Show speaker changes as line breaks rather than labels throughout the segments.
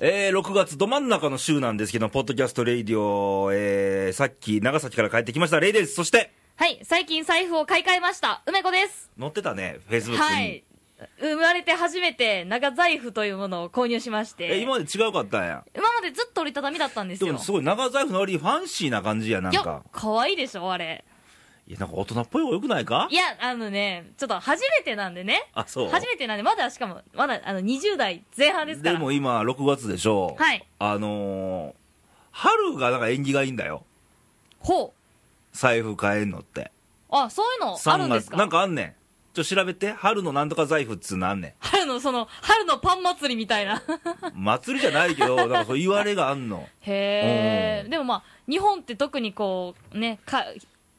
えー、6月ど真ん中の週なんですけど、ポッドキャストレイディオ、えー、さっき長崎から帰ってきました、レイです。そして、
はい、最近財布を買い替えました。梅子です。
載ってたね、フェイスブックに。
はい。生まれて初めて長財布というものを購入しまして。
え、今まで違うかったんや。
今までずっと折りたたみだったんです
で
よ。
もすごい長財布の割にファンシーな感じや、なん
い
か
や。、可愛いでしょ、あれ。
いや、なんか大人っぽい方がよくないか
いや、あのね、ちょっと初めてなんでね。
あ、そう。
初めてなんで、まだしかも、まだあの20代前半ですか
で
ら。
も今、6月でしょ。
はい。
あのー、春がなんか縁起がいいんだよ。
ほう。
財布買えんのって。
あ、そういうのあるんですか
なんかあんねん。ちょ、調べて。春のなんとか財布っつうのあんね
春のその、春のパン祭りみた いな。
ん。祭りじゃないけど、なんかそう言われがあんの。
へ
うん
え。でもまあ、日本って特にこう、ね、か、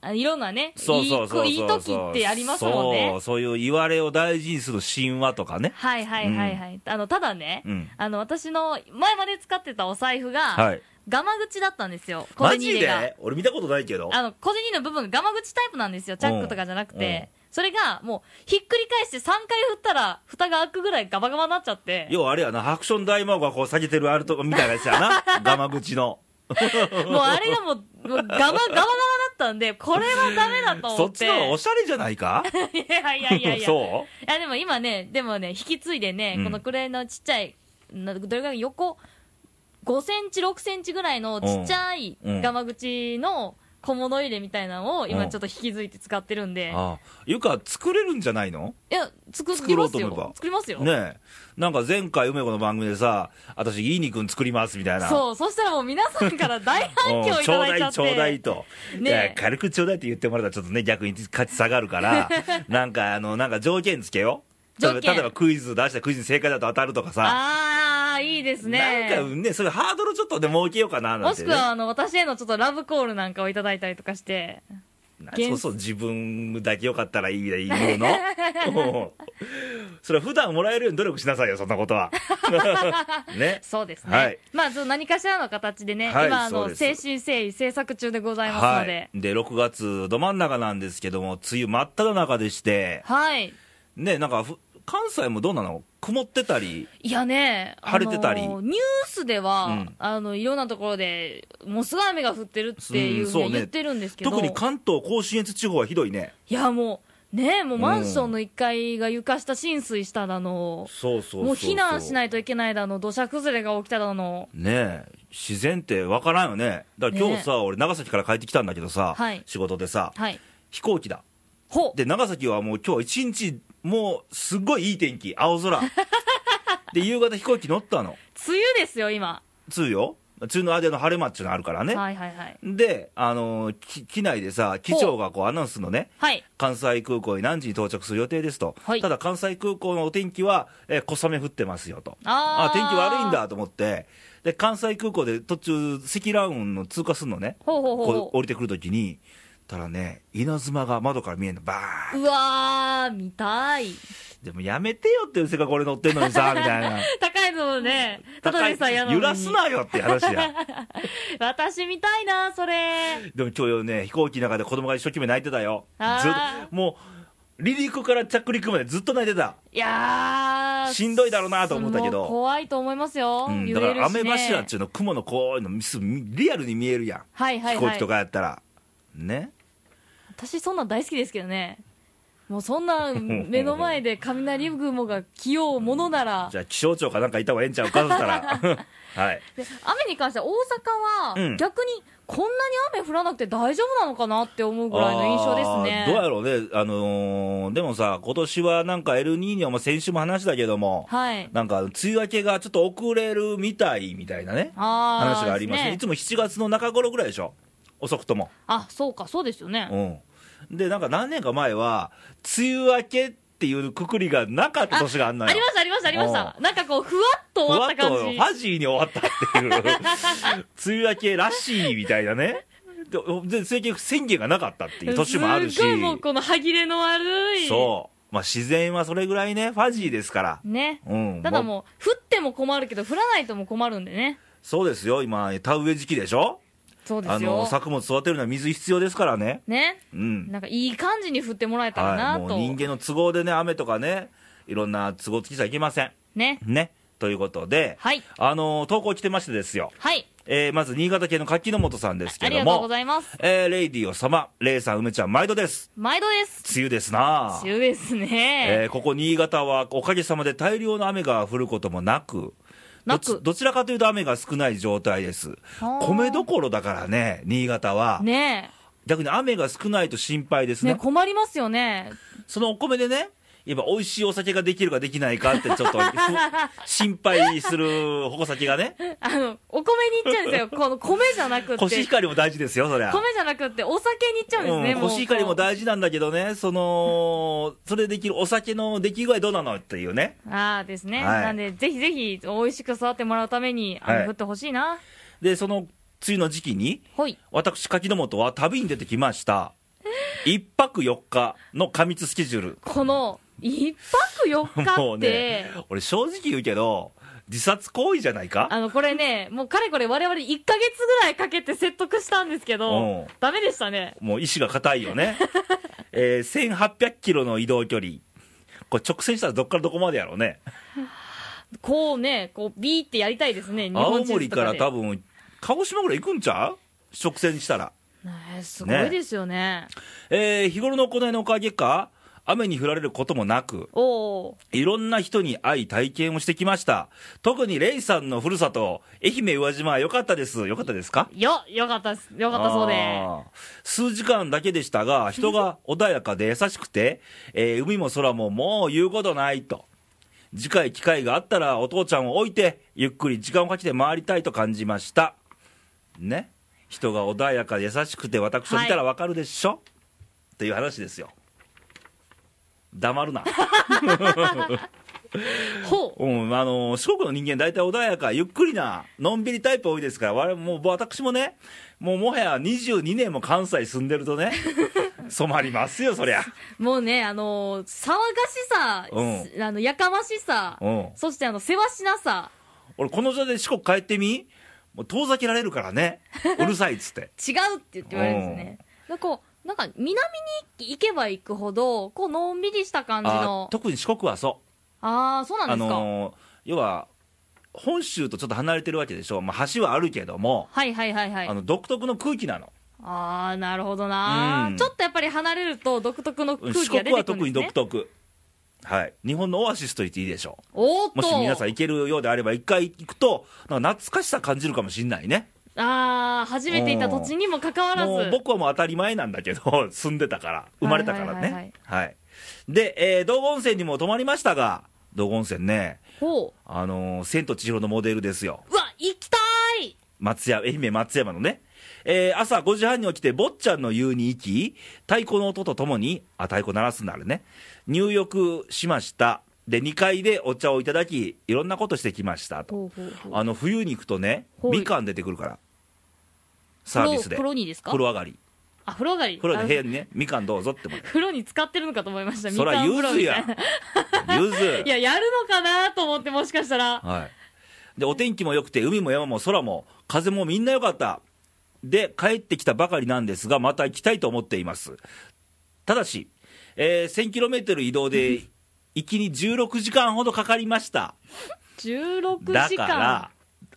あいろんなね、
そうそうそうそう
いいこいい時ってありますもん
そ
ね
う。そういう言われを大事にする神話とかね
はいはいはいはい。あの、ただね、
うん
あの、私の前まで使ってたお財布が、
はい
ガマ口だったんですよ。小
マ
銭
ジ
入れが。
で俺見たことないけど
あの、小銭入れの部分がガマ口タイプなんですよ。チャックとかじゃなく
うんうん
て。それが、もう、ひっくり返して3回振ったら、蓋が開くぐらいガバガバになっちゃって。
要はあれやなハクション大魔王がこう下げてるあるとこみたいなやつや なガマ口の
もうあれ がもう、もうガマ、ガマガマだったんで、これはダメだと
そ
思
っ
っ
ち
て。
の方がおしゃれじゃないか
いやいやいやいや。
そ
いやでも今ね、でもね、引き継いでね、
うん
このくらいのちっちゃい、などれぐらい横、5センチ、6センチぐらいのちっちゃい
うんうん
ガマ口の小物入れみたいなのを
う
今
ん
ちょっと引き継いで使ってるん
う
で、
ああいうか作れるんじゃないの
いや、作
作
り
ろ
ま
う
す
と思えば
よ。作りますよ。
ねえなんか前回梅子の番組でさ私いい肉作りますみたいな
そう、そしたらもう皆さんから大反響
うん
い
ちょう
ただいち
だ
ゃ
い
っ
ちょうだい
て。
と、い
ねえ
や軽くちょうだいって言ってもらったらちょっとね逆に価値下がるから なんかあのなんか条件つけよう例えば
条件
例えばクイズ出したらクイズに正解だと当たるとかさ、
あー、いいですね。
なんかねそういうハードルちょっとで設けようかななん
も
て、
し
ね、
くは、あの、私へのちょっとラブコールなんかをいただいたりとかして、
なそうそう自分だけよかったらいいみたいな言うの うんそれは普段もらえるように努力しなさいよそんなことはね
そうですね。
はい
まあ、その何かしらの形でね、
はい
今、あの、
そう
誠
です
心誠意制作中でございます
は
ので
い、。で6月ど真ん中なんですけども梅雨真っ只中でして
はい。い、
ねなんかふ関西もどうなの曇ってたり
やね、あの
晴れてたり
ニュースでは、
うん
あの、いろんなところで、もうすごい雨が降ってるっていう
うん
ふ
そうう
に
ね
言ってるんですけど、
特に関東甲信越地方はひどいね
いや、もう、ね、もうマンションの1階が床下浸水しただの、
そうそう
もう避難し
い
ないといけないだの、土砂崩れが起きただの、
ねえ自然ってわからんよねだから今日さ、俺長崎から帰ってきたんだけどさ、
はい
仕事でさ
はい。
飛行機だ
ほう。
で長崎はもう今日一日もうすっごいいい天気青 空で夕方飛行機乗ったの
梅雨ですよ、今。
梅雨よ梅雨の間の晴れ間っていうのあるからね、
はいはいはい。
で、あのーき機内でさ機長がこうアナウンスするのね
はい。
関西空港に何時に到着する予定ですと、
はい
ただ関西空港のお天気は、えー小雨降ってますよと、
あー
天気悪いんだと思って、で関西空港で途中、積乱雲の通過するのね、
ほうほうほうほう
こう降りてくるときに、たらね、稲妻が窓から見えるの、バーン、
うわー、見たい。
でもやめてよって、せっかく俺乗ってんのに さ、みたいな。
高いのね、ただでさえ嫌なの
揺
に。
らすなよって話や。
私見たいな、それ。
でも今日よね、飛行機の中で子供が一生懸命泣いてたよ。ずっ
あー
と、もう、離陸から着陸までずっと泣いてた。
いやー。
しんどいだろうなと思ったけど
もう怖いと思いますよ。
うん、
揺
だか
れ
ら
るし、ね。
雨柱っていうの雲のこういうのすリアルに見えるやん、
はいはい
飛行
は
機
い
と。かやったらね
私そんなん大好きですけどね。もうそんな目の前で雷雲が来ようものなら
じ。ゃあ気象庁かなんかいた方がええんちゃうかそした らはい
で雨に関しては大阪
うん
は逆にこんなに雨降らなくて大丈夫なのかなって思うぐらいの印象ですね
あ。ーどうやろうねあのーでもさ今年はなんかエルニーニョも先週も話したけども、
はい。
なんか梅雨明けがちょっと遅れるみたいみたいなね
あー
話がありますね
で
いつも7月の中頃ぐらいでしょ遅くとも
あ、そうか、そうですよね。
うんでなんか何年か前は梅雨明けっていうくくりがなかった年があんのよ
ありました、ありました、ありました。なんかこう、ふわっと終わった感
ふわっと
じ
フ。ァジーに終わったっていう、梅雨明けらしいみたいなね、でで政権宣言がなかったっていう年もあるし
すっ、ごいもうこの歯切れの悪い。
そう、まあ、自然はそれぐらいね、ファジーですから、
ね。
うん、
た
も
だ
う
もう、降っても困るけど、降らないとも困るんでね。
そうですよ、今、田植え時期でしょ、
そうで
あ
す
の
よ。
作物育てるのは水必要ですからね、
ね。
うん、
なんかいい感じに降ってもらえたら
は、
ない
も
と。
う人間の都合でね、雨とかね、いろんな都合つきちゃいけません。
ね。
ね、ということで、
はい
あのー投稿来てましてですよ、
はい。
えーまず新潟県の柿の本さんです
あ
け
り
ど
がとうご
も、
ざいます。
えーレイディオ様、レイさん、梅ちゃん、毎度です。
毎度です。
梅雨ですな
中ですね。
えーここ新潟はおかげさまで大量の雨が降ることもなく、
なく
どちどちらかというと雨が少ない状態です
あー
米どころだからね新潟は、
ね
逆に雨が少ないと心配です
え。
ね
ね困りますよね。
そのお米でね今美味しいお酒ができるかできないかってちょっとふ 心配する矛先が ね
あの、お米に行っちゃうんですよ。この米じゃなくっ て。
コシヒ
米
カリも大事ですよそりゃ
じゃなくって、お酒に行っちゃうんですね、
うん
もう。
コシヒカリも大事なんだけどねそ のそれでできるお酒の出来具合どうなのっていうね
ああですね。
はい
なんで、ぜひぜひ、美味しく育ってもらうために、
は
雨
い
降ってほしいな。
でその梅雨の時期に
ほい。
私柿の本は旅に出てきました1泊4日の過密スケジュール
この、一泊四日
もう
って、
ね俺正直言うけど自殺行為じゃないか
あの、これね、もうかれこれ我々1ヶ月ぐらいかけて説得したんですけ
うん
ど、ダメでしたね。
もう意志が固いよ ね、えー、1800キロの移動距離これ直線したらどっからどこまでやろうね
こうね、こう、ビーってやりたいですね、日
青
本地
森
図と
から
かで。
多分鹿児島ぐらい行くんちゃう直線にしたら
ねえすごいですよね。
えー日頃の行いのおかげか雨に降られることもなく
おお
いろんな人に会い体験をしてきました特にレイさんのふるさと愛媛宇和島は良かったです良かったですか
よ、よかったっす、よかったそうで。
あー数時間だけでした が人が穏やかで優しくて、えー海も空ももう言うことないと次回機会があったらお父ちゃんを置いてゆっくり時間をかけて回りたいと感じましたね人が穏やかで優しくて私を見たらわかるでしょ、っていう話ですよ黙るな
ほう。
うん、あの四国の人間、大体穏やか、ゆっくりな、のんびりタイプ多いですから、我々もう私もね、もうもはや22年も関西住んでるとね、染まりますよ、そ りゃ。
もうね、あのー騒がしさ、
うん
すあの、やかましさ、
うん
そしてあの、せわしなさ、
俺、この状態で四国帰ってみ、もう遠ざけられるから ね、うるさいっつって。
違うって言って言われるんですね。なんかこう、なんか、南に行けば行くほど、こう、のんびりした感じ
あ
の。
特に四国はそう。
ああ、そうなん
あ
ですか。
のー要は、本州とちょっと離れてるわけでしょ、まあ、橋はあるけども、
はいはいはいはい。
あの独特の空気なの。
ああ、なるほどな、
うん
ちょっとやっぱり離れると独特の空気
四国
が出て
は
くる
特に
んですね
独。特。はい、日本のオアシスと言っていいでしょう。
おーっと。
もし皆さん行けるようであれば、一回行くと、なんか懐かしさ感じるかもしれないね。
ああ、初めていた土地にもかかわらず。
もう僕はもう当たり前なんだけど、 住んでたから、生まれたから
はいはいはい
ね。はい。で、えー道後温泉にも泊まりましたが、道後温泉ね、
ほ
あのー千と千尋のモデルですよ。
う。うわ、行きたい
松山、愛媛松山のね。えー朝5時半に起きて、坊ちゃんの湯に行き、太鼓の音とともに、あ、太鼓鳴らすんだあれね。入浴しました。で、2階でお茶をいただき、いろんなことしてきましたと。
ほうほうほう。
あの冬に行くとね、
はい
みかん出てくるから、サービスで、
風
風
呂にですか
呂上がり、
あ、風呂上がり。
風呂で部屋
あ
にね、みかんどうぞってもらう、
風呂に使ってるのかと思いま した。
そら
みかん
ゆ
風呂
ず
みたい
や
な。、
ゆず
い、や、やるのかなと思って、もしかしたら。
はい、でお天気も良くて、海も山も空も、風もみんな良かった、で、帰ってきたばかりなんですが、また行きたいと思っています、ただし、えー、1000km 移動 で、行きに16時間ほどかかりました、
16
だ
時
か
間
ら。、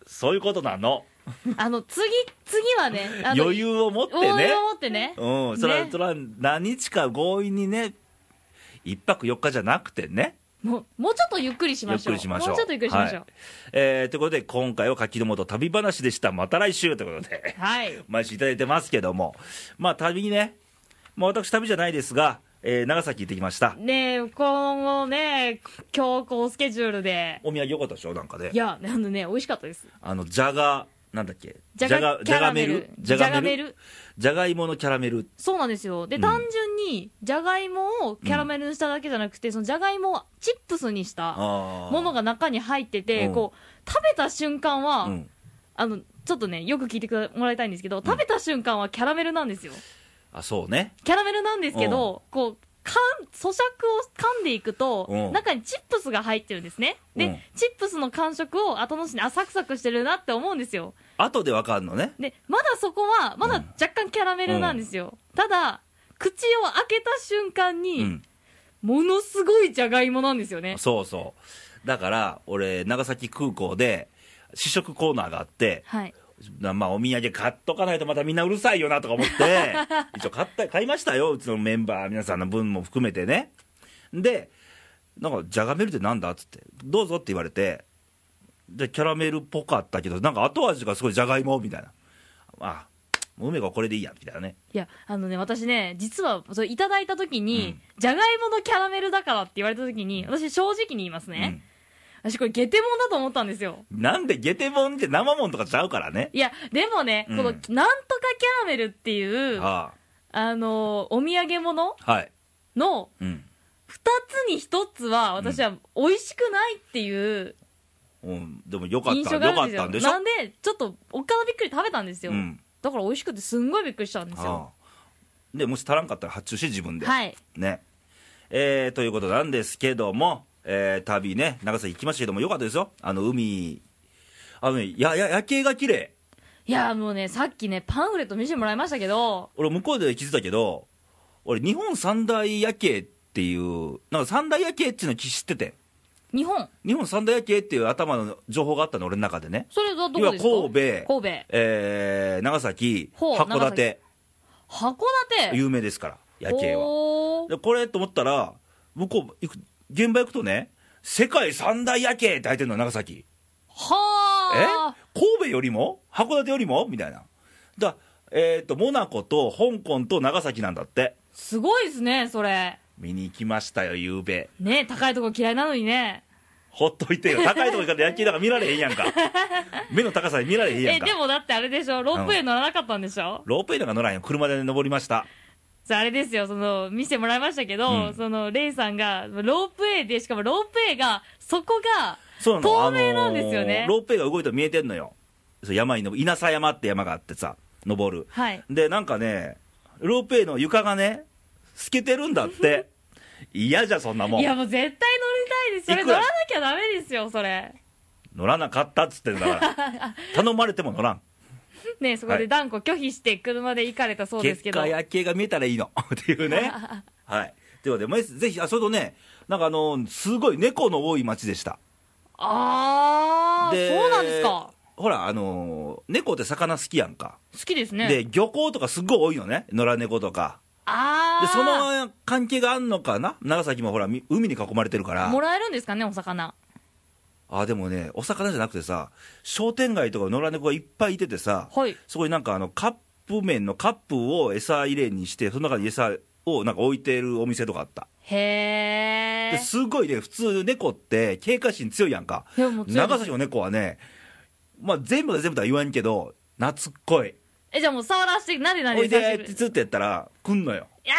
そういうことなの、
あの、次、次はね、あの
余裕を持ってね。
余裕を持ってね。
うん、それは、
ね
それは何日か強引にね、1泊4日じゃなくてね、
もう、もうちょっとゆっくりし
ゆ
ま
っ
し
く
ょう。
りしましょう。
もうちょっとゆっくりしましょ
は
う
い。えーということで、今回は柿の本旅話でした。また来週ということで、
はい。
毎週いただいてますけども、まあ、旅ね、まあ、私、旅じゃないですが、えー長崎行ってきました。
ねえ、今後ね、強行スケジュールで。
お土産良かったでしょ、なんかね
い。や、あのね、美味しかったです。
あの、じゃが、なんだっけ、
じゃが、キャラメル。
じ
じ
ゃ
ゃ
が
が
メ
メ
ル、
ル。
じゃがいものキャラメル、
そうなんですよ。で、
うん
単純に、じゃがいもをキャラメルにしただけじゃなくて、そのじゃがいもをチップスにした
あー
ものが中に入ってて、
うん
こう、食べた瞬間は、
うん、
あの、ちょっとね、よく聞いてくだもらいたいんですけど、食べた瞬間はキャラメルなんですよ。
あ、そうね、
キャラメルなんですけど、こう、かん、咀嚼を噛んでいく
う
と
ん、
中にチップスが入ってるんですね。で、
うん
チップスの感触を後々に、あ、サクサクしてるなって思うんですよ。
後でわかんのね。
で、まだそこは、まだ若干キャラメルなんですよ。ただ、口を開けた瞬間
う
に、
ん
ものすごいじゃがいもなんですよね。
そうそう。だから、俺、長崎空港で試食コーナーがあって、
はい。
なまあ、お土産買っとかないとまたみんなうるさいよなとか思 って、一応買った、買いましたよ、うちのメンバー、皆さんの分も含めてね。で、なんか、じゃがメルってなんだっつって、どうぞって言われて、で、キャラメルっぽかったけど、なんか後味がすごいじゃがいもみたいな。あ、もう梅がこれでいいや、みたいなね。
いや、あのね、私ね、実は、それいただいたとき
う
に
ん、
じゃがいものキャラメルだからって言われたときに、私正直に言いますね。私これゲテモンだと思ったんですよ。
なんで、ゲテモンって生もんとかちゃうからね。
いや、でもね、
うん
この、なんとかキャラメルっていう、あ
あ
の、お土産物
あ、はい。
の、
うん。
二つに一つは、私は美味しくないっていう
うん、でもよかっ
印
た、
象
よ
があ
か
るん
っ
ですよ。
たんでしょ
なんで、ちょっと、おっかなびっくり食べたんですよ。
うん。
だから美味しくて、すんごいびっくりしたんですよ。
ああで、もし足らんかったら発注して自分で。
はい。
ね。えーということなんですけども、えー旅ね、長崎行きましたけども、よかったですよ。あの、海、あのね、や、や、夜景が綺麗。
いや、もうね、さっきね、パンフレット見せてもらいましたけど、
俺、向こうで気づいたけど、俺、日本三大夜景っていう、なんか三大夜景っていうの知ってて。
日本、
日本三大夜景っていう頭の情報があったの、俺の中でね。
それはどこですか
要は神戸
神戸。
えー長崎、
ほう
函館、
函館
有名ですから、夜景は。
おー
でこれと思ったら、向こう行く、現場行くとね、世界三大夜景って入ってるの、長崎。え
はあ
神戸よりも函館よりもみたいな。だえっ、と、モナコと香港と長崎なんだって。
すごいですね、それ。
見に行きましたよ、夕べ。
ね、高いとこ嫌いなのにね。
ほっといてよ。高いとこ行かんと野球なんか見られへんや んか。目の高さで見られへんやん
え、
か。
でもだってあれでしょ、ロープウェイ乗らなかったんでしょ
ロープウェイなんか乗らへんよ。車で登りました。
そうあれですよ、その、見せてもらいましたけど、
うん
その、レイさんが、ロープウェイで、しかもロープウェイが、そこが、
そうなの
透明なんですよね
あのーロープウェイが動いたら見えてんのよ。そう山に登稲佐山って山があってさ、登る。
はい。
で、なんかね、ロープウェイの床がね、透けてるんだ って。嫌じゃ、そんなもん
い。や、もう絶対乗りたいです。それ
い
乗
くら
らなきゃダメですよ、それ。
乗らなかったっつってんだから。 頼まれても乗らん。
ね、そこで断固拒否して車で行かれたそうで
結
すけど。
果、夜景が見えたらいいの。 っていう ね。はい。ということでまあ、ぜひ、あ、それとね、なんかあの、すごい猫の多い町でした。
あー、そうなんですか。。
ほら、あのー猫って魚好きやんか。
好きですね。
で、漁港とかすごい多いのね。野良猫とか。
あー
で、その関係があんのかな長崎もほら、み海に囲まれてるから。
もらえるんですかね、お魚。
あでもね、お魚じゃなくてさ、商店街とか野良猫がいっぱいいててさ、
はい。
そこになんかあのカップ麺のカップを餌入れにして、その中に餌をなんか置いてるお店とかあった、
へ
で
ー。
すごいね、普通、猫って警戒心強いやんか、
でも強いです
長崎の猫はね、まあ、全部が全部とは言わんけど、懐っこい、
え、じゃあもう触らせて、なでなで
おいで
さ
ー
せ
ってて
くれ
つってやったら、来んのよ、
いや、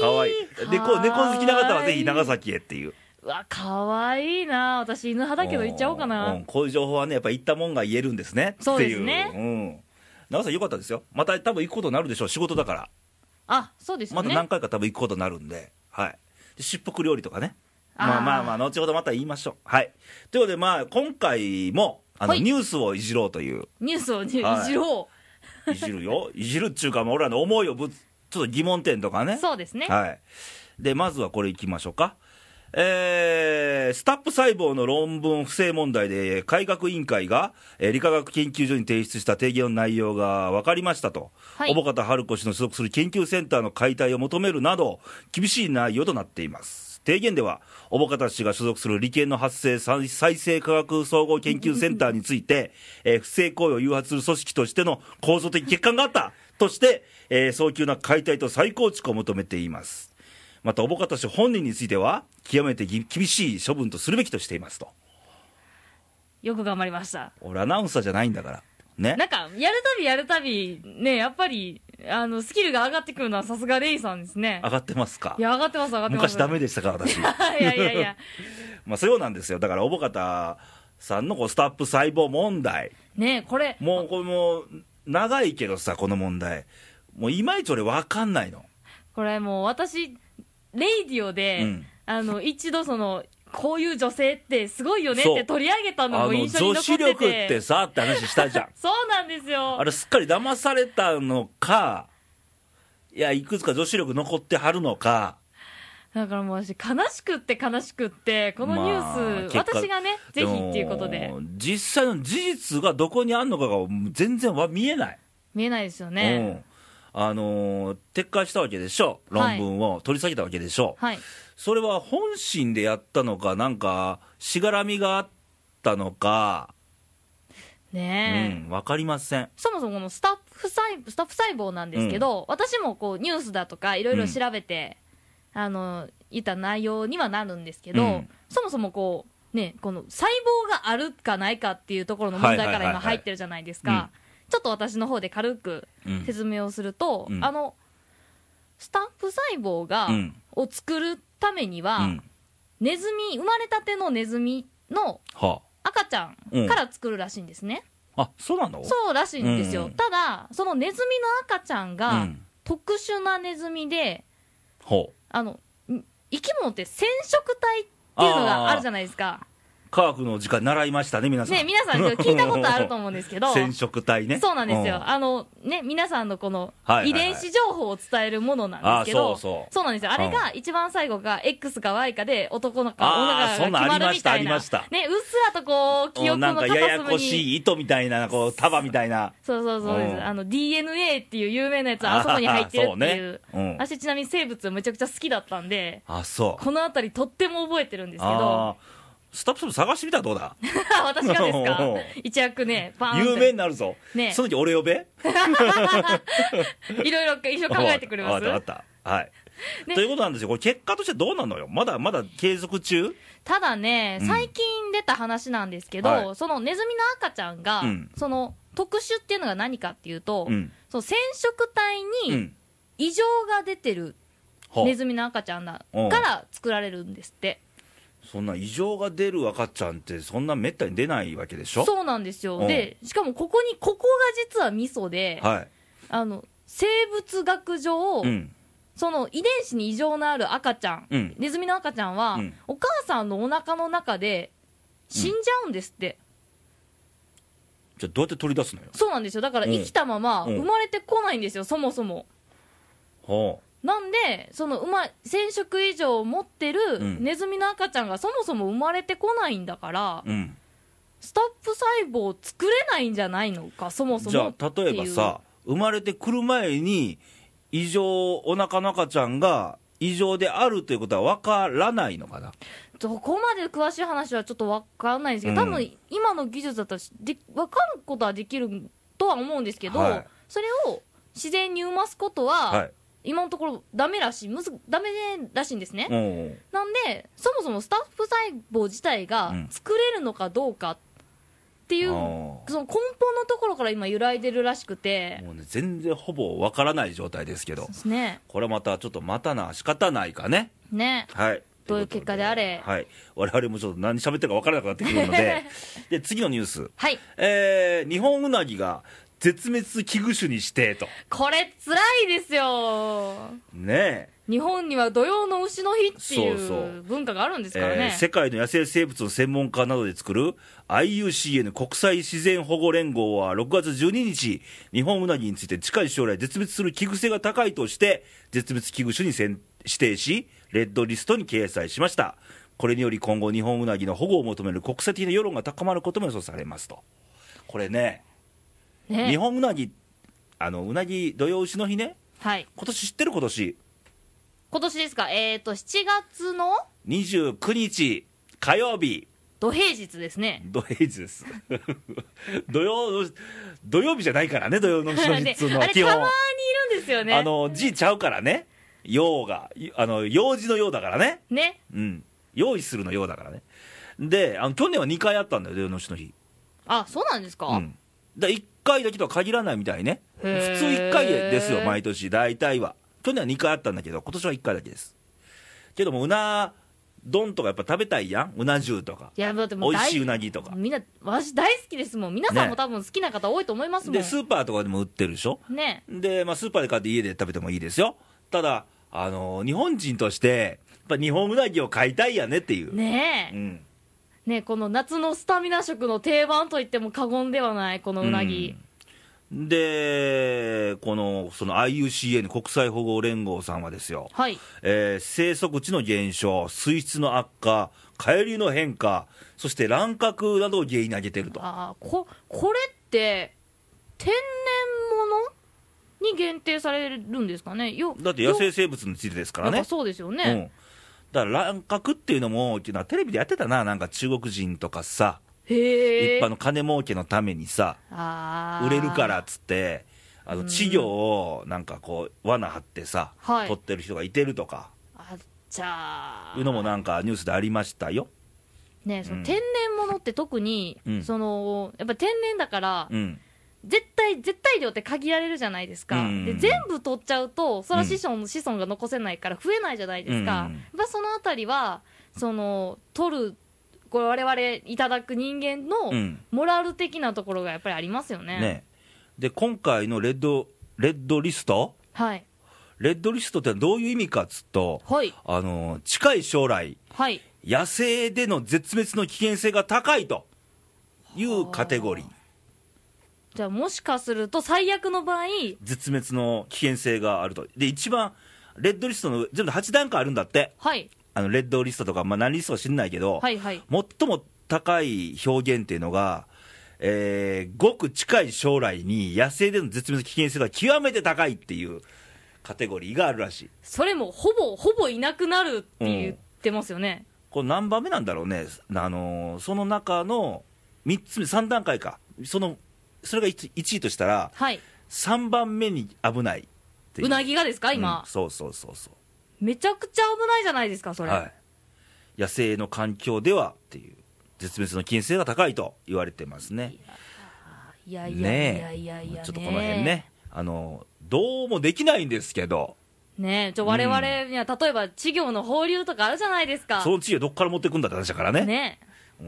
かわいい。
かわいい、でこう猫好きな方はぜひ長
崎。
崎へっていう。
うわ、かわいいな。私、犬派だけど行っちゃおうか
う。
なん
こういう情報はねやっぱ行ったもんが言えるんですね
そうですね
っていう、うん、長崎良かったですよまた多分行くことになるでしょう仕事だから
あ、そうですよ
また
ね。
何回か多分行くことになるんではいでしっぽく料理とかね
あー
まあまあまあ後ほどまた言いましょうはいということでまあ今回もあの
はい
ニュースをいじろうという、
ニュースをじ、
はい
いじろ
い、じるよいじるっちゅうか、まあ、俺らの思いをぶつちょっと疑問点とか
う。
ね
そうですね。
はい、でまずはこれいきましょうか、えースタップ細胞の論文不正問題で、改革委員会が、えー理化学研究所に提出した提言の内容が分かりましたと、
はい
小保方春子氏の所属する研究センターの解体を求めるなど、厳しい内容となっています。提言では、小保方氏が所属する理研の発生再再生科学総合研究センターについて、えー不正行為を誘発する組織としての構造的欠陥があったとして、えー早急な解体と再構築を求めています。また、小保方氏本人については、極めてぎ厳しい処分とするべきとしていますと。
よく頑張りました。
俺、アナウンサーじゃないんだから。ね。
なんか、やるたびやるたび、ね、やっぱり、あの、スキルが上がってくるのはさすがレイさんですね
上。がってますか
いや、上がってます、上がってます。
昔ダメでしたから、 私。
いやいやいや。
まあ、そうなんですよ。だから、小保方さんのこうスタップ細胞問題。
ねこれ、
もう、これもう、長いけどさ、この問題。もう、いまいち俺分かんないの。
これもう私、レイディオで、
うん
あの、一度その、こういう女性ってすごいよねっ
そう
て取り上げたのも印象に
女
残
子
ってて。
力ってさ、って話した じゃん。
そうなんですよ。
あれ、すっかり騙されたのか、いや、いくつか女子力残ってはるのか、
だからもう私、悲しくって悲しくって、このニュース、
まあ結果
私がね、ぜひっていうことで
も、実際の事実がどこにあるのかが全然わ見えない、
見えないですよね。
うんあのー撤回したわけでしょ論文を取り下げたわけでしょ、
はい。
それは本心でやったのかなんかしがらみがあったのか、
ねえ。
うん分かりません
そもそもこのスタッフ細スタッフ細胞なんですけど、私もこうニュースだとかいろいろ調べて、あのいた内容にはなるんですけど、
うん
そもそもこう、ね、この細胞があるかないかっていうところの問題
はい
か
はいは
ら
いはい
今入ってるじゃないですか、
うん
ちょっと私の方で軽く
うん
説明をすると、
うん
あのスタッフ細胞が、
うん
を作るためには、
うん
ネズミ生まれたてのネズミの
は
赤ちゃんから作るらしいんですね。
ああそうなの
そうらしいんですよ、
うん
ただ、そのネズミの赤ちゃん
う
が
ん
特殊なネズミで、
ほう
あのん生き物って染色体っていうのがあるじゃないですか、
科学の時間習いましたね皆さん
ね、皆さん、聞いたことあると思うんですけど、
染色体ね
そうなんですよ、
ん
あのね、皆さんのこの
はいはいはい
遺伝子情報を伝えるものなんですけ
あ
ど、
ーそうそう
なんですよ、あれが一番最後が X か Y かで、男の子か
あー
女の子が決まるみた
そん
いな、
なんありましたありました
ね、うっすらとこう、記憶
なん
の
か
片
やや
隅
こ
に。
しい糸みたいなこう束みたいな
そうそうそうです、
うん
あの DNA っていう有名なやつはあそこに入ってるっていう
あーそうねうん
私ちなみに生物めちゃくちゃ好きだったんで
あそう
この辺りとっても覚えてるんですけ
あ
ど
ースタッフさん探してみたらどうだ
私がですか
おう
一躍ねパーン
有
っ
名
て
になるぞ、
ね
その時俺呼べ
いろいろ一緒に考えてくれま
わ
す
かったわかったはい、
ね
ということなんですよこれ結果としてどうなのよまだまだ継続中
ただね
うん
最近出た話なんですけど、
はい
そのネズミの赤ちゃんが、
うん
その特殊っていうのが何かっていうと、
うん
その染色体
う
に
ん
異常が出てる
は
ネズミの赤ちゃんだ
うん
から作られるんですって
そんな異常が出る赤ちゃんってそんなめったに出ないわけでしょ
そうなんですよ、
うん
でしかもここにここが実はミソで、
はい、
あの生物学上、
うん、
その遺伝子に異常のある赤ちゃん、
うん
ネズミの赤ちゃんは、
うん
お母さんのお腹の中で死んじゃうんですって、
じゃあどうやって取り出すのよ
そうなんですよだから
うん
生きたまま
うん
生まれてこないんですよ、そもそも
ほ
なんでそのうま染色異常を持ってる
うん
ネズミの赤ちゃんがそもそも生まれてこないんだから、
う、うん、
スタップ細胞作れないんじゃないのかそもそも
じゃあ
っていう
例えばさ生まれてくる前に異常お腹の赤ちゃんが異常であるということは分からないのかな
どこまで詳しい話はちょっと分からないんですけど、
うん
多分今の技術だったらしで分かることはできるとは思うんですけど、
はい
それを自然に産ますことは、
はい
今のところダメらしいむずダメらしいんですね、
うん
なんでそもそもスタッフ細胞自体が
うん
作れるのかどうかっていう、
あー
その根本のところから今揺らいでるらしくて、
もうね全然ほぼ分からない状態ですけど
ですね
これはまたちょっと待たな仕方ないかね
ね
はい
どういう結果であれ
はい、我々もちょっと何喋ってるか分からなくなってくるの でで次のニュース、
はい
えー、日本ウナギが絶滅危惧種に指定と
これ辛いですよ
ね
日本には土用の丑の日ってい
そうそう
う文化があるんです
え
から
え
ね
ー世界の野生生物の専門家などで作る IUCN 国際自然保護連合は6月12日日本ウナギについて近い将来絶滅する危惧性が高いとして絶滅危惧種に選指定しレッドリストに掲載しましたこれにより今後日本ウナギの保護を求める国際的な世論が高まることも予想されますとこれね
ね
日本ウナギあのうなぎ土用牛の日ね
はい
今年知ってる今年
今年ですかえっ、ー、と7月の
29日火曜日
土平日ですね
土平日 です土曜の土曜日じゃないからね土曜の日の日
で
っつうの
あ
は
れ
基
たま
本
ーにいるんですよね
あの字ちゃうからね用がいあの用事の用だからね
ね
うん用意するの用だからねであの去年は2回あったんだよ土曜の日の日
あそうなんですか、
うんだ1回だけとは限らないみたいね普通
へー
1回ですよ毎年大体は去年は2回あったんだけど今年は1回だけですけどもうな丼とかやっぱ食べたいやんうな重とか
いやだっても
美
う
味
大
しいうなぎとか
みんな私大好きですもん皆さんも多分好きな方多いと思いますもん
でスーパーとかでも売ってるでしょ
ね
で、まあ、スーパーで買って家で食べてもいいですよただあの日本人としてやっぱ日本うなぎを買いたいやねっていう、
ねえ、
うん
ねえこの夏のスタミナ食の定番といっても過言ではないこのうなぎ、
で、このその IUCN ・国際保護連合さんはですよ、
はい。
えー生息地の減少、水質の悪化、海流の変化、そして乱獲などを原因に挙げていると、
あーこ、これって、天然物に限定されるんですかね。よ
だって野
よ
生生物についてですから
やっ
ね
ぱ。そうですよ
う
ね。
んだから乱獲っていうのも、っていうのはテレビでやってたな、なんか中国人とかさ、
へえ。
一般の金儲けのためにさ、
あー
売れるからっ。つって、あの稚魚をなんかこう、罠張ってさ、
はい
取ってる人がいてるとか
あじゃあ。
いうのもなんかニュースでありましたよ。
ねそ
うん
の天然物って特に、
うん
そのやっぱ天然だから、
うん、
絶対絶対量って限られるじゃないですか、
うん
で全部取っちゃうとそれは子孫,、子孫が残せないから増えないじゃないですか、
うん
やっぱそのあたりはその取るこれ我々いただく人間
う
の
ん
モラル的なところがやっぱりありますよね
ね、で今回のレッドレッドリスト、
はい
レッドリストってのはどういう意味かっつうと、
はい
あの近い将来、
はい
野生での絶滅の危険性が高いというカテゴリー
は、じゃあもしかすると最悪の場合
絶滅の危険性があると、で一番、レッドリストの全部で8段階あるんだって、
はい
あのレッドリストとか、まあ、何リストか知んないけど、
はいはい
最も高い表現っていうのが、えーごく近い将来に野生での絶滅の危険性が極めて高いっていうカテゴリーがあるらしい。
それもほぼほぼいなくなるって言ってますよね、
これ何番目なんだろうね、あのーその中の3つ目、3段階か、そのそれが 1, 位としたら、
はい
3番目に危ないっていう
うなぎがですか今
うん、そうそうそうそ、
めちゃくちゃ危ないじゃないですかそうれ、
はい、野生の環境ではっていう、絶滅の危険性が高いと言われてますね。
い、やいやいや
ね
いやいや、
え
ね、
ちょっとこの辺ね、あのどうもできないんですけど、
ねえちょ我々には例えば稚魚の放流とかあるじゃないですか
その地位をどこから持ってくんだって話だからね。
ねえ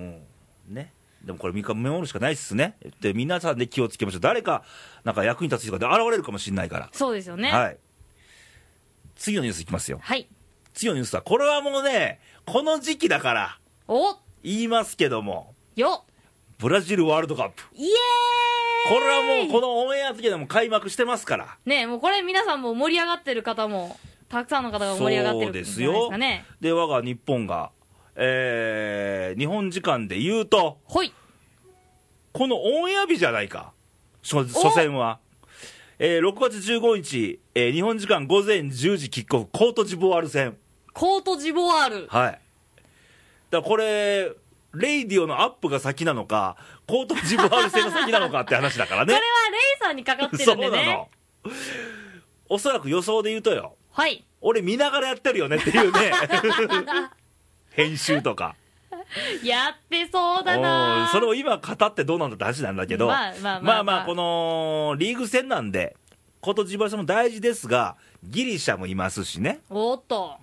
うんねでもこれ見か見守るしかないっすねで皆さんで気をつけましょう誰かなんか役に立つ人が現れるかもしれないから、
そうですよね
はい次のニュースいきますよ
はい
次のニュースはこれはもうねこの時期だから
お
言いますけども
よ
ブラジルワールドカップ
イエーイ
これはもうこのオンエア時でも開幕してますから
ねえもうこれ皆さんも盛り上がってる方もたくさんの方が盛り上がってるんじゃないですかね
で我が日本がえー、日本時間で言うと
ほい
このオンエア日じゃないか、初初戦は。えー6月15日、えー日本時間午前10時キックオフ、コートジボワール戦。
コートジボワール
はい。だからこれ、レイディオのアップが先なのか、コートジボワール戦が先なのかって話だから
こ
ね
れ はレ。イさんにかかって
そ
る
うん
で
な
ね
の。おそらく予想で言うとよ、
はい
俺見ながらやってるよねっていう ね。編集とか。
やってそうだな
うんそれを今語ってどうなんだって話なんだけど、
まあまあまあまあ
このリーグ戦なんで、コートジボワール戦も大事ですが、ギリシャもいますしね、
おっと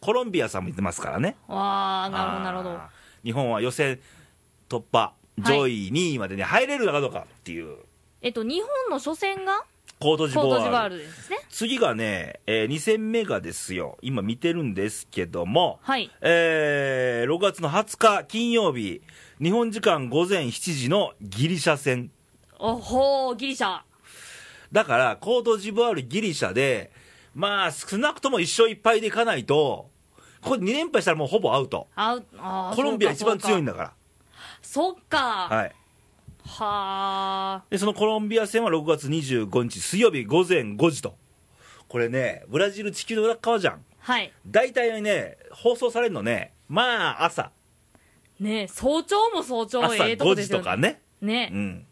コロンビアさんもいてますからね、
わあなるほどなるほど
あー日本は予選突破、上位2位までに入れるのかどうかっていう、
えっと、日本の初戦が
コートジ
コー
ボ
トジボ
ワ
ワ
ー
ー
ル。
ルですね。
次がね、え2戦目がですよ、今見てるんですけども、
はい。
えー6月の20日金曜日、日本時間午前7時のギリシャ戦。
おほー、ギリシャ。
だから、コートジボワール、ギリシャで、まあ、少なくとも1勝1敗でいかないと、ここで2連敗したらもうほぼアウト。
ああー
コロンビア一番強いん
だ。
だか
そっ
ら。
か。
はい。
はあ。
で、そのコロンビア戦は6月25日、水曜日午前5時と。これね、ブラジル地球の裏っ側じゃん。
はい。
大体ね、放送されるのね、まあ、朝。
ねえ早朝も早朝、
朝
ええとこ
5
で
時
すよ
とかね。
ね
う。ん。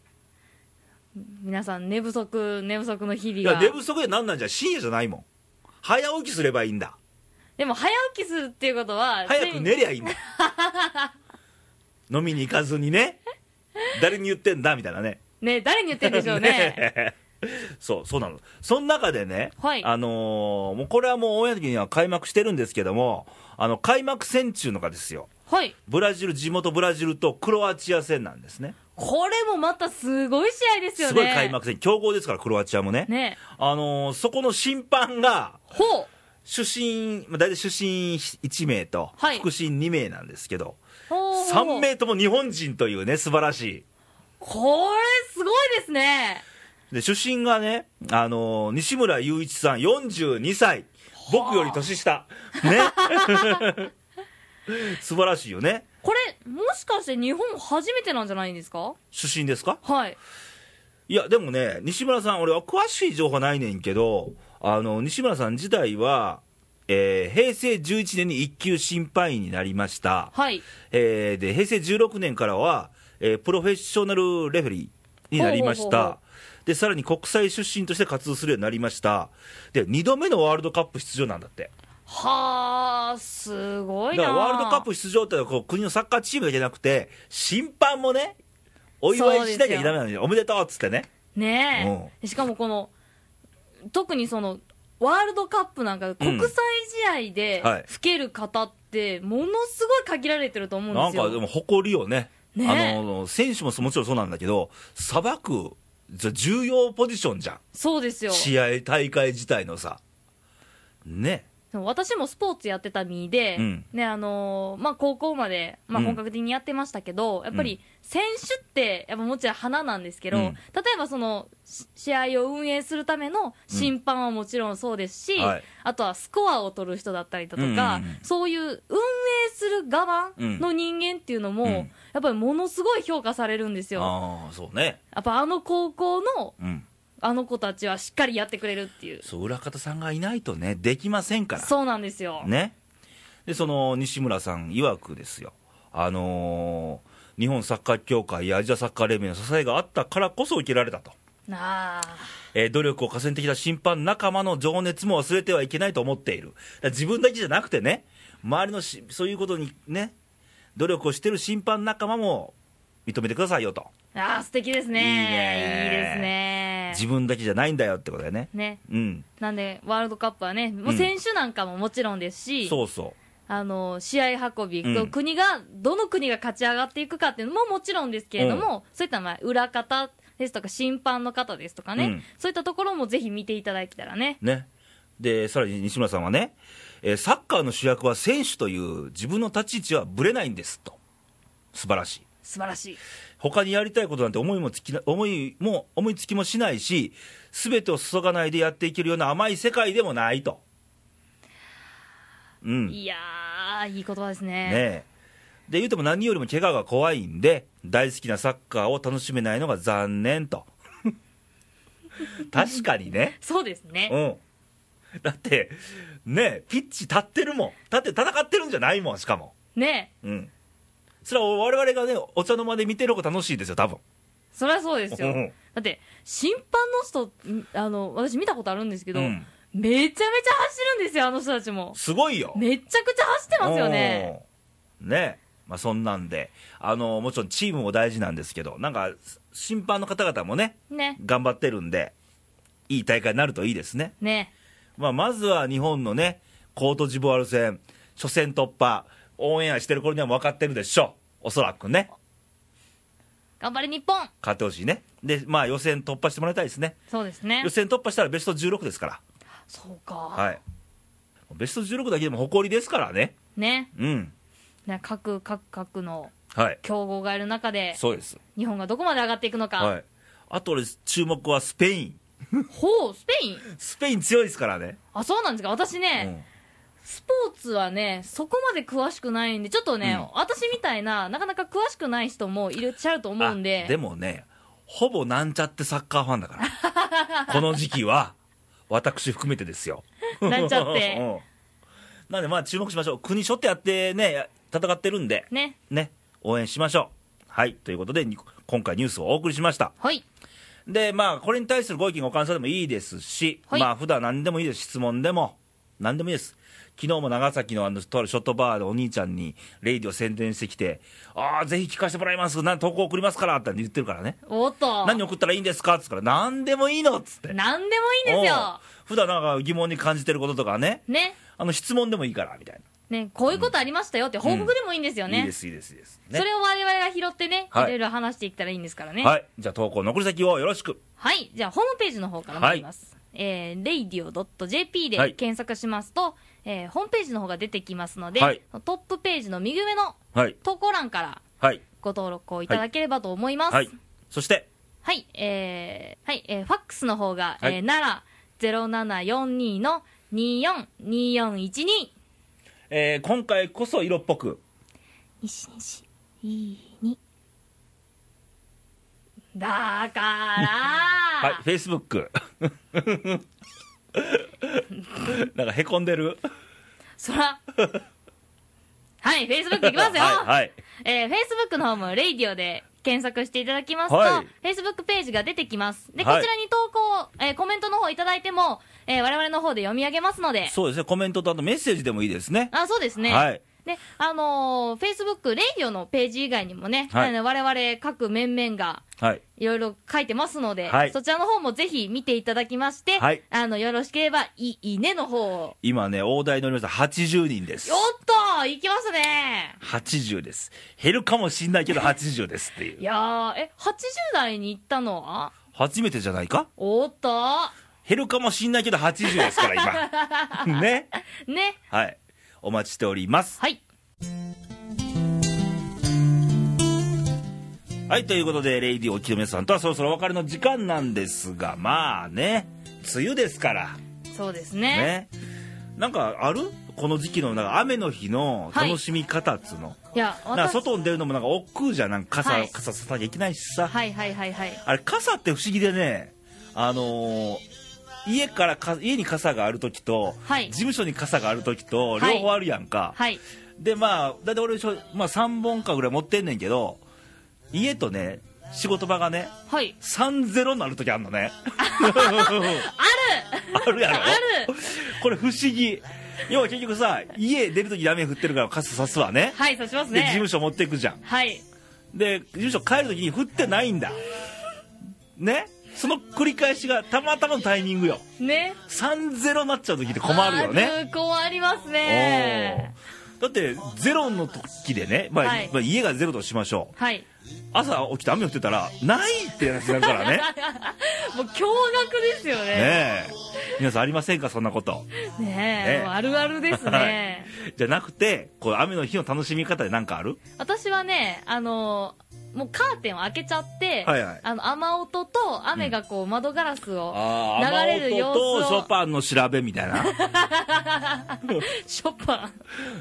皆さん、寝不足、寝不足の日
い
々
や、
が。
寝不足でなんなんじゃ、深夜じゃないもん。早起きすればいいんだ。
でも、早起きするっていうことは、
早く寝りゃいいんだ飲みに行かずにね誰に言ってんだみたいなね
ねえ誰に言ってんでしょうね。
ねえそうそうなのその中でね、
はい
あのーもうこれはもうオンエア的には開幕してるんですけどもあの開幕戦中のがですよ
はい。
ブラジル地元ブラジルとクロアチア戦なんですね
これもまたすごい試合ですよ
す
ね。
ごい開。幕戦強豪ですからクロアチアもね
ねえ
あのーそこの審判が
ほう。
主審、まあ、大体主審1名と
はい
副審2名なんですけど、
ほう。
3。名とも日本人というね、素晴らしい。
これ、すごいですね。
で出身がね、あのー西村雄一さん42歳、僕より年下、ね、素晴らしいよね、
これもしかして日本初めてなんじゃないんですか
出身ですか
はい
いや、でもね、西村さん、俺は詳しい情報ないねんけど、あの西村さん自体は、えー平成11年に一級審判員になりました、
はい
えーで平成16年からは、えープロフェッショナルレフェリーになりまし
ほうほうほうほ
た。でさらに国際出身として活動するようになりました、で2度目のワールドカップ出場なんだって、
はあすご
だ
い
か
な
らワールドカップ出場ってのはこう国のサッカーチームだけじゃなくて、審判もね、お祝いしなきゃいけないのに、おめでとうっつってね、
ねえ、しかもこの特にそのワールドカップなんか国際試合で
はい
吹ける方ってものすごい限られてると思うん
な
で
ん
すよ
かでも誇りをね、
ね
あの選手ももちろんそうなんだけど、さばくじゃ重要ポジションじゃん、
そうですよ
試合、大会自体のさ、ね、
でも私もスポーツやってた身で、
うん
ねあのーまあ、高校まで、まあ、
うん
本格的にやってましたけど、やっぱり選手ってやっぱもちろん花なんですけど、
うん
例えばそのし試合を運営するための審判はもちろんそうですし、
はい
あとはスコアを取る人だったりだとか、
うんうんうん
そういう運営する側の人間っていうのも、
うん
やっぱりものすごい評価されるんですよ。
ああ、そうね、
やっぱあの高校の
うん、
あの子たちはしっかりやってくれるっていう。
そう裏方さんがいないとね、できませんから、
そうなんですよ。
ね、でその西村さん曰くですよ、あのー日本サッカー協会やアジアサッカー連盟の支えがあったからこそ受けられたと。
なあ。
えー努力を重ねてきた審判仲間の情熱も忘れてはいけないと思っている、だから自分だけじゃなくてね、周りのしそういうことにね、努力をしてる審判仲間も認めてくださいよと、
あー素敵ですね
いいね
いいですね
自分だけじゃないんだよってことだよね。
ね
うん、
なんでワールドカップはねもううん選手なんかももちろんですし、
そうそ
あの試合運び、
うん
国がどの国が勝ち上がっていくかっていうのももちろんですけれども、そういったまあ裏方ですとか審判の方ですとかね、
うん
そういったところもぜひ見ていただけたらね
う、ね、でさらに西村さんはね、えーサッカーの主役は選手という自分の立ち位置はぶれないんですと、素晴らしい。
素晴らしい
他にやりたいことなんて思いもつきな思いも思いつきもしないし、すべてを注がないでやっていけるような甘い世界でもないと。うん、ね
いやーいい言葉ですね
えで言うても何よりも怪我が怖いんで、大好きなサッカーを楽しめないのが残念と。 確かにね、
そうですね、
うん、だって、ねえ、ピッチ立ってるもん、立って戦ってるんじゃないもん、しかも。
ね
うん、それは我々がね、お茶の間で見てる方が楽しいですよ、多分
そりゃそうですよ、
うん
だって審判の人んあの私見たことあるんですけど、
うん
めちゃめちゃ走るんですよあの人たちも
すごいよ。
めちゃくちゃ走ってますよね
うん。ねまあ、そんなんであの、もちろんチームも大事なんですけど、なんか審判の方々もね、
ね
頑張ってるんで、いい大会になるといいですね、
ね
まあ、まずは日本のね、コートジボワール戦、初戦突破、オンエアしてる頃にはもう分かってるでしょう、おそらくね、
頑張れ日本
勝ってほしいね、で、まあ、予選突破してもらいたいですね、
そうですね
予選突破したらベスト16ですから、
そうか、
はい、ベスト16だけでも誇りですからね、
ね
うん、
ね各各各の
はい、
強豪がいる中で
そうです。
日本がどこまで上がっていくのか、
はい、あと俺、注目はスペイン、
ほうスペイン
スペイン強いですからね、
あそうなんですか私ね、スポーツはねそこまで詳しくないんでちょっとね、
う
私みたいななかなか詳しくない人もいらっしゃると
う
思うんで
あでもね、ほぼなんちゃってサッカーファンだから、 この時期は、私含めてですよ。
なんちゃって
うんなんで、まあ、注目しましょう、国しょってやってね、や戦ってるんで、
ね
ね、応援しましょう。はいということで、に今回、ニュースをお送りしました。
はい
で、まあ、これに対するご意見、ご感想でもいいですし、
はい
まあ、普段何でもいいです、質問でも、何でもいいです。昨日も長崎のあのとあるショットバーでお兄ちゃんに、レイディを宣伝してきて、ああ、ぜひ聞かせてもらいます、なん投稿送りますからって言ってるからね、
おっと
何送ったらいいんですかって言ったら、何でもいいのっつって、
何でもいいんですよ
おう普段なんか疑問に感じてることとかね、
ね
あの質問でもいいからみたい
ねこういうことありましたよって報告でもいいんですよ
な、
ね、
いいです、いいです、いいです、ね
それを我々が拾ってね、
はい
いろいろ話していったらいいんですからね。はい。
はい、じゃあ、投稿、残り先をよろしく。
じゃあ、ホームページの方から参ります。えー、radio.jp で
はい
検索しますと、えーホームページの方が出てきますので、
はい
トップページの右上の
はい、
投稿欄から
はい、
ご登録をいただければと思います。
はい、そして、
はい。はい、えー、はい、えー、ファックスの方が、
はい
えー、奈良0742の242412。
えー今回こそ色っぽく。
一日いいに。だから、
はい、フェイスブック。 なんかへこんでる。
そら、はい、Facebook いきますよ。
はい、はい。
えー、Facebook の方も、レイディオで検索していただきますと、
はい
Facebook ページが出てきます。で、こ
はい
ちらに投稿、えーコメントの方いただいても、えー我々の方で読み上げますので、
そうですね、コメントとあとメッセージでもいいですね。
あ、そうですね。
はい。
で、あのー、Facebook、レイディオのページ以外にもね、
はい
あの我々各面々が、
はい。
いろいろ書いてますので、
はい
そちらの方もぜひ見ていただきまして、
はい
あの、よろしければ、いいねの方を。
今ね、大台乗りました。80人です
よ。っと行きますね
80です。減るかもしんないけど80ですってい。
いうやー、え、80代に行ったのは
初めてじゃないか
おっと
減るかもしんないけど80ですから、 今。ね。
ね。
はい。お待ちしております。
はい。
はい、ということで、レイディお清めさんとはそろそろお別れの時間なんですが、まあね、梅雨ですから。
そうですね。
ね。なんかあるこの時期のなんか雨の日の楽しみ方っつうの、
いや、
なんか
私、
外に出るのもなんか億劫じゃんなんか傘、
はい
傘さなきゃいけないしさ、
はいはいはいはい。
あれ傘って不思議でねあのー家からか家に傘がある時と、
はい
事務所に傘がある時と
はい
両方あるやんか、
はい。
でまあだいたい俺、まあ、3本かぐらい持ってんねんけど家とね仕事場がね
はい。
3-0になる時あるの ね
ある
あるやろ
ある
これ不思議要は結局さ家出るときに雨降ってるから傘さすわね
はい、そうします
で事
ね。
務所持っていくじゃん
はい。
で事務所帰るときに降ってないんだねその繰り返しがたまたまのタイミングよ
ね。
3-0になっちゃうときって困るよね。
困りますね。
おーだってゼロの時でね、まあ
はい
まあ家がゼロとしましょう
はい。
朝起きて雨降ってたらないって話になるからね
もう驚愕ですよね。
ねえ皆さんありませんかそんなこと
ねえ
ね
もうあるあるですね。
はい、じゃなくてこう雨の日の楽しみ方で何かある
私はね、あのもうカーテンを開けちゃって、
はいはい
あの雨音と雨がこう窓ガラスを、
あー
流れる様子を
雨音とショパンの調べみたいな
ショパ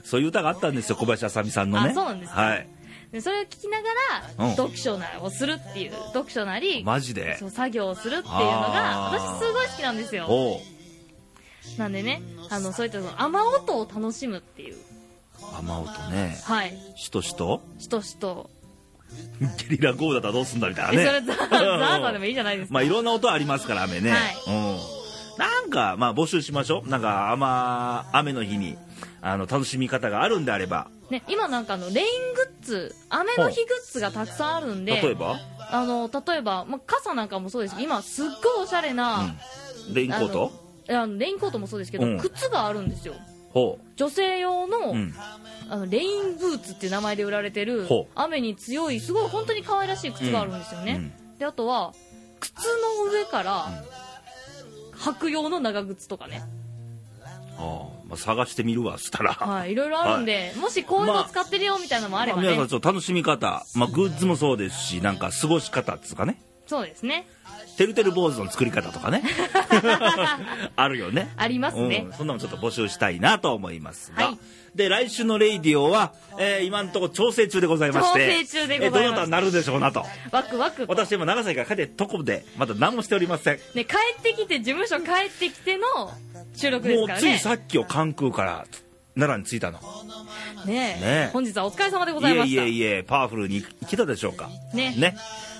そういう歌があったんですよ小林あさみさんのね
あそうなんですか
はい
ンでそれを聞きながら、
うん
読書なをするっていう読書なり、
マジで
そう作業をするっていうの
あ
が
ー
私すごい好きなんですよ
おう
なんでねあのそういったその雨音を楽しむっていう
雨音ね
はい
しとしと
しとしと、
ゲリラ豪雨だったらどうすんだみたい
え
な
それ
ね
ザーザーザーでもいいじゃないですか、
まあいろんな音ありますから雨ね、
はい
うんなんかまあ募集しましょうなんか雨雨の日にあの楽しみ方があるんであれば
ね、今なんかあのレイングッズ雨の日グッズがたくさんあるんで
例えば
あの例えば、まあ、傘なんかもそうですけど今すっごいおしゃれな、
レインコート
あのレインコートもそうですけど、
うん
靴があるんですよ
ほ
女性用の,、
う、うん、
あのレインブーツっていう名前で売られてる
ほう
雨に強いすごい本当に可愛らしい靴があるんですよね、であとは靴の上から履く用の長靴とかね、
あーまあ探してみるわそしたら
はい、いろいろあるんで、もしこういうの使ってるよみたいなのもあれば
まあ
ね、
皆さんちょっと楽しみ方、まあ、グッズもそうですしなんか過ごし方っつうかね
そうですね
てるてる坊主の作り方とか ねあるよね
ありますね
うん、そんなのちょっと募集したいなと思いますが、
はい
で来週の「レイディオは」えー今のところ調整中でございまして
調整中でございま
え
す
ーどなたになるでしょうなと
ワクワクと、
私も長崎から帰ってとこでまだ何もしておりません
ね、帰ってきて事務所帰ってきての収録で
も
す
う
から
つい
ね
さっきを関空から奈良に着いたの
ねえ
ねえ
本日はお疲れ様でござい
いえ
まし
い
た
えいえパワフルにいけたでしょうか
ね
ね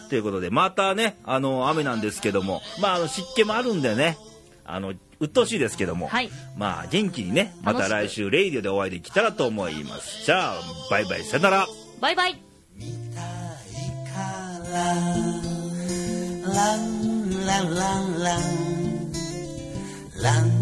ということでまたねあの雨なんですけどもまああの湿気もあるんでねあの鬱陶しいですけども、
はい
まあ元気にねまた来週レイディオでお会いできたらと思いますじゃあバイバイさよなら
バイバイ
からランランランランラン